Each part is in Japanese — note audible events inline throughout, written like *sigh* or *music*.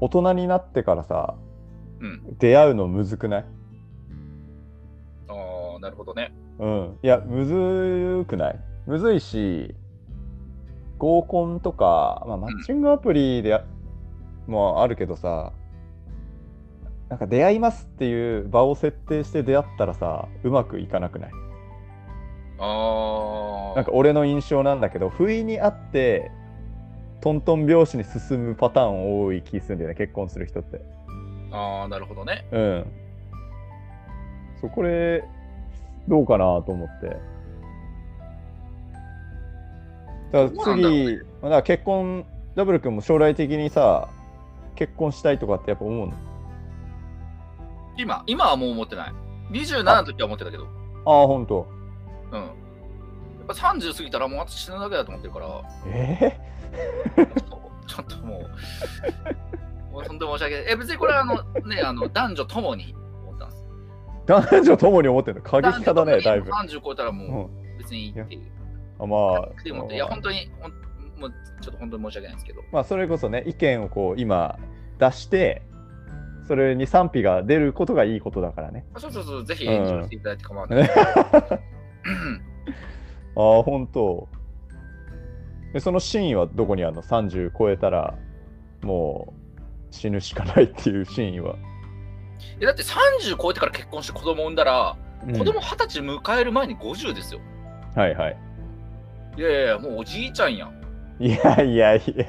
大人になってからさ、うん。出会うのむずくないああ、なるほどね。うん。いや、むずくないむずいし、合コンとか、まあ、マッチングアプリでや、もあるけどさ、なんか出会いますっていう場を設定して出会ったらさ、うまくいかなくないああ。なんか俺の印象なんだけど、不意にあって、トントン拍子に進むパターン多い気するんだよね、結婚する人って。ああ、なるほどね。うん。そう、これ、どうかなと思って。だどうからなんだろうね次、まあだから結婚、ダブル君も将来的にさ、結婚したいとかってやっぱ思うの今、今はもう思ってない。27の時は思ってたけど。うん。ああ、ほんと。やっぱ30過ぎたらもうあと死ぬだけだと思ってるから、えちょっとも *laughs* う、もう本当申し訳ない。え、別にこれはあの、ね、あの男女ともに思ったんです。ー、男女ともに思ってるの過激男派だ女ね、だい共にぶ。 30超えたらうもん、う別にいいっていう。あまあでもっていや、本当に、ほんもうちょっと本当に申し訳ないんですけど。まあそれこそね意見をこう今出してそれに賛否が出ることがいいことだからねあそうそうそう、ぜひ演じしていただいて構わない。ううんんああ、本当。で、その真意はどこにあるの ?30 超えたら、もう死ぬしかないっていう真意は。いやだって30超えてから結婚して子供産んだら、子供二十歳迎える前に50ですよ。うんはいはい。いやいやいや、もうおじいちゃんやん。いやいやいや。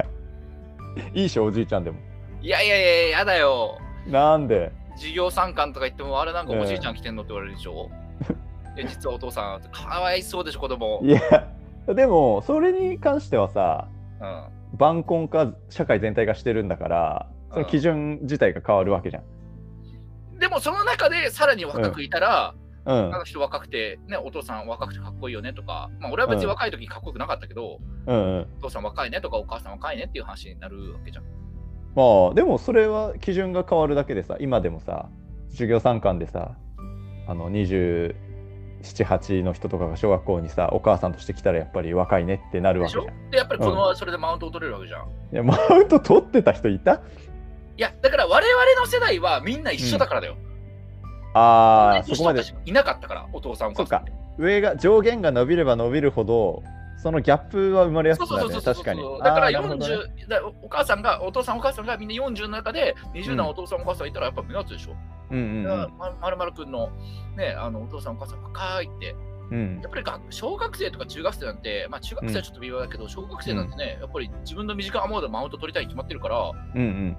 いいし、おじいちゃんでも。いやいやいや、やだよ。なんで授業参観とか言っても、あれなんかおじいちゃん来てんのって言われるで *laughs* しょ。いや、実はお父さん、かわいそうでしょ、子供。いや、でも、それに関してはさ、うん、晩婚化社会全体がしてるんだから、その基準自体が変わるわけじゃん。でも、その中でさらに若くいたら、うんあ。の人若くて、ね、お父さん若くてかっこいいよねとか、まあ、俺は別に若い時にかっこよくなかったけど、うんうん。お父さん若いねとか、お母さん若いねっていう話になるわけじゃん。まあ、でもそれは基準が変わるだけでさ、今でもさ、授業参観でさ、あの27、8の人とかが小学校にさ、お母さんとして来たらやっぱり若いねってなるわでけしじゃょん。いで、やっぱり子供はそれでマウントを取れるわけじゃん。や、マウント取ってた人いたいや、だから我々の世代はみんな一緒だからだよ。ああ、同そじこま人でたち。いなかったから、お父さんお母さんって。上が、上限が伸びれば伸びるほど、そのギャップは生まれやすそうくそうなそうるそね。うそ確かに。うだかあらーなるほどね40、だお母さんが、お父さんお母さんがみんな40の中で、20のお父さんお母さんいたらやっぱ目立つでしょ。うんだうからんままるまるくんの,、ね、あのお父さんお母さん若いって、うん。うんやっぱりが小学生とか中学生なんて、まあ中学生はちょっと微妙だけど、小学生なんてね、やっぱり自分の短いモードでマウント取りたいに決まってるから、うん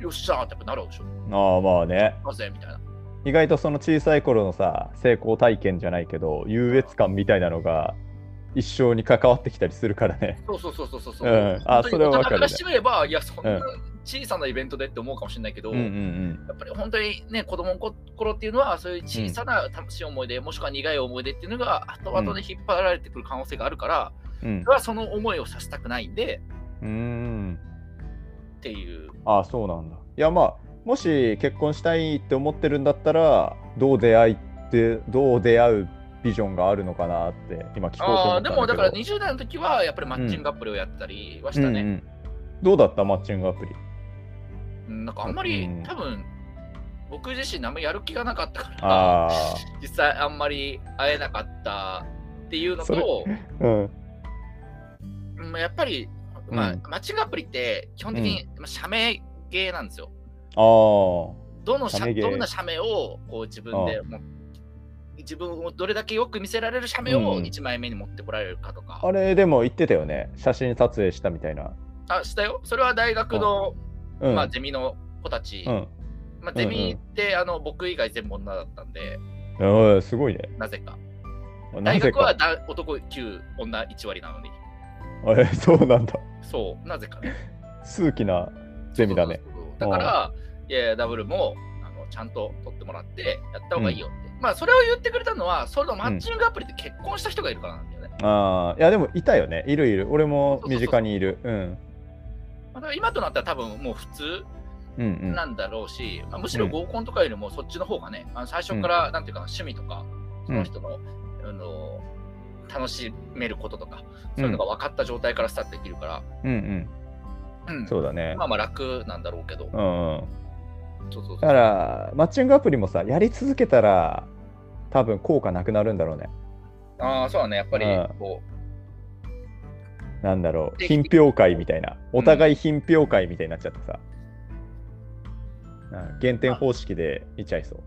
よっしゃーってやっぱなるでしょ。うん。ああ、まあね。なぜみたいな。意外とその小さい頃のさ成功体験じゃないけど優越感みたいなのが一生に関わってきたりするからねそうそうそうそうそう。ううんあそれはわかるねからしてみれば、いや、そんうなん小さなイベントでって思うかもしれないけど、うんうんやっぱり本当にね、子供の頃っていうのは、そういう小さな楽しい思い出、もしくは苦い思い出っていうのが、後々で引っ張られてくる可能性があるから、うんうんそれはその思いをさせたくないんで、うーんっていう。あそうなんだいやまあもし結婚したいって思ってるんだったらどう出会いってどう出会うビジョンがあるのかなって今聞こうと思あったあんでだけどもだから20代の時は、やっぱりマッチングアプリをやったりはしたうんね。うんどうだったマッチングアプリうんなんかあんまり、うん多分僕自身、あんまりやる気がなかったから、あ *laughs* 実際あんまり会えなかったっていうのそれと、あうんまあ、やっぱり、まあうんマッチングアプリって基本的に、まあ、社名系なんですよ。あーどの社社名系どんな社名をこう自分でもう自分をどれだけよく見せられる社名うをん1枚目に持ってこられるかとか。あれでも言ってたよね写真撮影したみたいなあしたよ。それは大学の、うん、まあ、ゼミの子たち。うんまあ、ゼミって、あの僕以外全部女だったんで、うんすごいねなぜか。な大ぜ学はか。だ男9、女1割なのに。え、そうなんだ。そう、なぜかね。数奇な *laughs* ゼミだね。そうそうそう。だから、いやいや、ダブルもあのちゃんと取ってもらって、やった方がいいよって。まあ、それを言ってくれたのは、そのマッチングアプリで結婚した人がいるからなんだよね。ああ、いやでもいたよね。いるいる。俺も身近にいる。うん。まあだから今となったら多分もう普通うんうん。なんだろうし、まあ、むしろ合コンとかよりもそっちの方がね、あの最初からなんていうかな趣味とか、その人の、あの楽しめることとか、そういうのが分かった状態からスタートできるから、うんうん。うんそうだねま。あまあ楽なんだろうけど、うんうん。そうそうそうだから、マッチングアプリもさ、やり続けたら、多分効果なくなるんだろうね。ああそうだねやっぱりうんこなんだろう、定品期評会みたいな、お互い品評会みたいになっちゃってさ、うん減点方式で見ちゃいそう。う、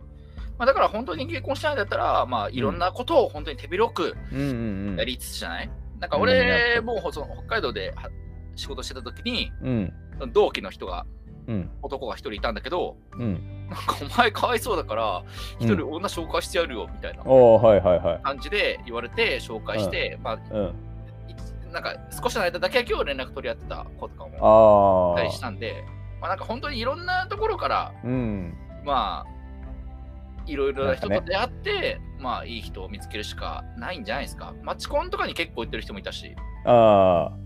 まあ、だから本当に結婚してないんだったらまあいろんなことを本当に手広くうんうんうんやりつつじゃない、なんかうんやっ俺ぱもその北海道では仕事してた時にうん同期の人がうん男が一人いたんだけどうん。なんかお前かわいそうだから一人女紹介してやるよみたいなおおはいはいはい。感じで言われて紹介して、まあうん、いなんか少しの間だけは今日連絡取り合ってた子とかもいあたりしあ。たんでまあなんか本当にいろんなところからうん。まあいろいろな人なとんか出会って、まあいい人を見つけるしかないんじゃないですかマチコンとかに結構行ってる人もいたしああ。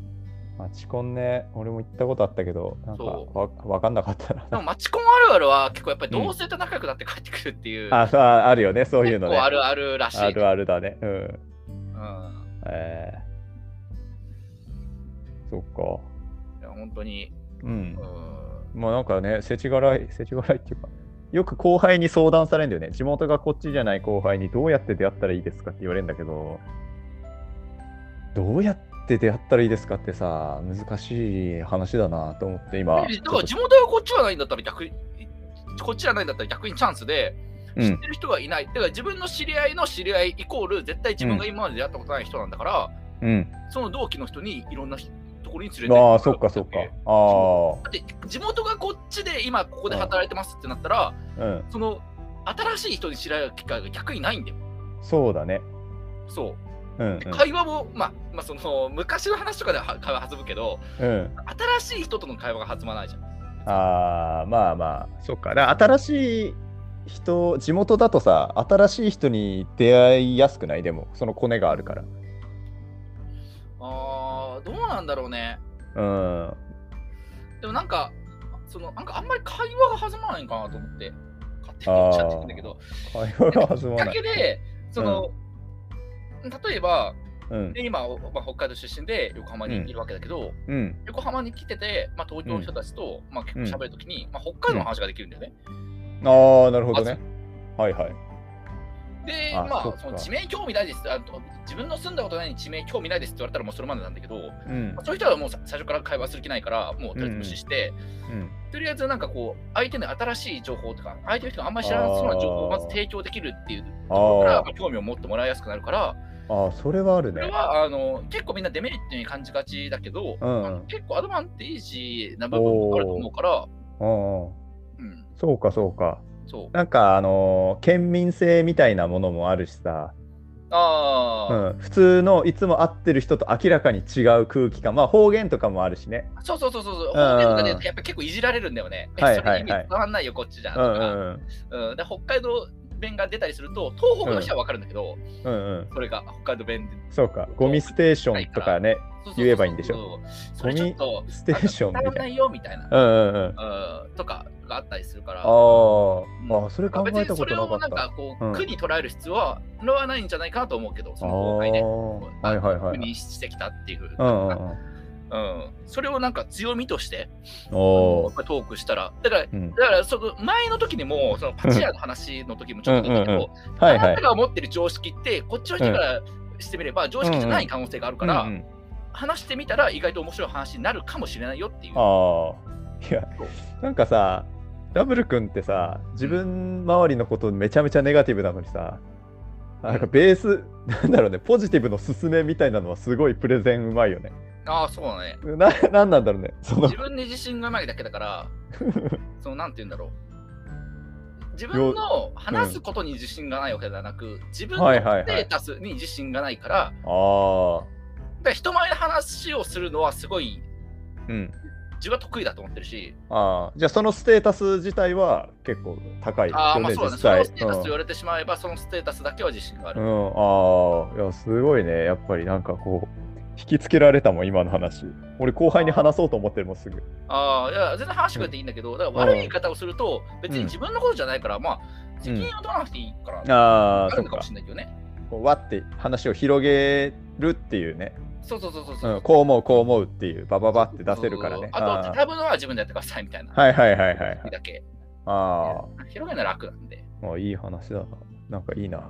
マチコンね、俺も行ったことあったけど、なんかそわわかんなかったな。でもマチコンあるあるは結構やっぱり同性と仲良くなって帰ってくるってい *laughs* う、あそうああるよね、そういう結のね。構あるあるらしい、あるあるだね。うん。うんえー、そっか。いや本当に、うんう。んまあなんかね、世知辛い、世知辛いっていうか、よく後輩に相談されるんだよね。地元がこっちじゃない後輩にどうやって出会ったらいいですかって言われるんだけど、どうやって出会ったらいいですかってさ、難しい話だなと思って今。だから地元がこっちはないんだったら逆にこっちじゃないんだったら逆にチャンスでう知っん、てる人がいない、だから自分の知り合いの知り合いイコール絶対自分が今まで出会ったことない人なんだから、うん。その同期の人にいろんなひところに連れてああ、そっかそっか。あだって地元がこっちで今ここで働いてますってなったら、あ、うん。その新しい人に知り合う機会が逆にないんだよそうだね。そう、うん、うんで会話も、まあ、まあその昔の話とかでは会話弾むけどうん。新しい人との会話が弾まないじゃんああ、まあまあ、そっか。だから新しい人、地元だとさ、新しい人に出会いやすくないでも、そのコネがあるから。あーどうなんだろうねうん。でもなんかそのなんかあんまり会話が弾まないんかなと思って勝手に思っちゃってるんだけど会話が *laughs* 弾きっまかなけい。でその、例えばうん。で今、まあ、北海道出身で横浜にいるわけだけど、うん。横浜に来てて、まあ、東京の人たちと、まあ、結構喋るときに、まあ、北海道の話ができるんだよね。ああ、なるほどね。はいはい。で、あまあそっかその地名興味ないですあと自分の住んだことない地名興味ないですって言われたらもうそれまでなんだけど、まうんあ、。そういう人はもうさ最初から会話する気ないからもうとりあえず無視して、うん。とりあえずなんかこう相手の新しい情報とか相手の人があんまり知らなそうな情報をまず提供できるっていうとあころからーまあ興味を持ってもらいやすくなるからあー、それはあるこれね。はあの結構みんなデメリットに感じがちだけど、うんあの結構アドバンテージな部分もあると思うから、うんうん。うん、そうかそうか。そうなんかあのー県民性みたいなものもあるしさ、あうー、ん、普通のいつも会ってる人と明らかに違う空気感まあ方言とかもあるしねそうそうそうそうそう、うんうん本店とかでやっぱ結構いじられるんだよね。はいえそれ意味はいはい伝わんないよ、こっちじゃんうとんうか。んうんで北海道弁が出たりすると、東北の人はわかるんだけど、うんうんうんそれが北海道弁で。そうかゴミステーションとかねそうそうそう言えばいいんでしょ。それちょっと、ステーションなんかみ伝わんなたいいよみたいなな、うんうんうんうんとかがあったりするから。あーあーそれまあ考別えにたそこれをとななんかったかこうんう、苦に捉える必要はのはないんじゃないかなと思うけど、そあのー後輩で。はいはいは苦いにしてきたっていう、うんうんうんうんそれをなんか強みとして、おやっぱりトークしたら、だからーうんだからその前の時にもそのパチ屋の話の時もちょっと言ったけうんうんど、はあいはないた。が思ってる常識ってこっちの人からしてみれば常識じゃない可能性があるから、うんうん話してみたら意外と面白い話になるかもしれないよっていう。ああ。いやそう、なんかさ、ダブル君ってさ、自分周りのことめちゃめちゃネガティブなのにさ、なんかベース、なんだろうね、ポジティブの勧めみたいなのはすごいプレゼンうまいよね。ああそうだね。な、なんなんだろうね。その自、分に自信がないだけだから、 *laughs* そのなんて言うんだろう。自分の話すことに自信がないわけではなく、自分のはいスはいはいテータスに自信がないから、ああ。だから人前で話をするのはすごいうん。自分は得意だと思ってるし、ああ。じゃあ、そのステータス自体は結構高いよね、ああまあそうだね。実その際。ステータスとう言んわれてしまえば、そのステータスだけは自信があうる。ん、ああ、いや、すごいね。やっぱりなんかこう、引きつけられたもん、今の話。俺、後輩に話そうと思ってるもん、すぐ。ああ、いや、全然話してくれていいんだけど、だから悪い言い方をすると、別に自分のことじゃないから、まあ、責任を取らなくていいから、ああるのかもしれないけどね。こうわって話を広げるっていうね。そうそうそうそううそんう、こう思う、こう思うっていう、バババって出せるからね。そうそうそうあと、あー選ぶのは自分でやってくださいみたいな。はいはいはいはいはい。だけ。あ広げるのは楽なんで。あ、もういい話だな。なんかいいな。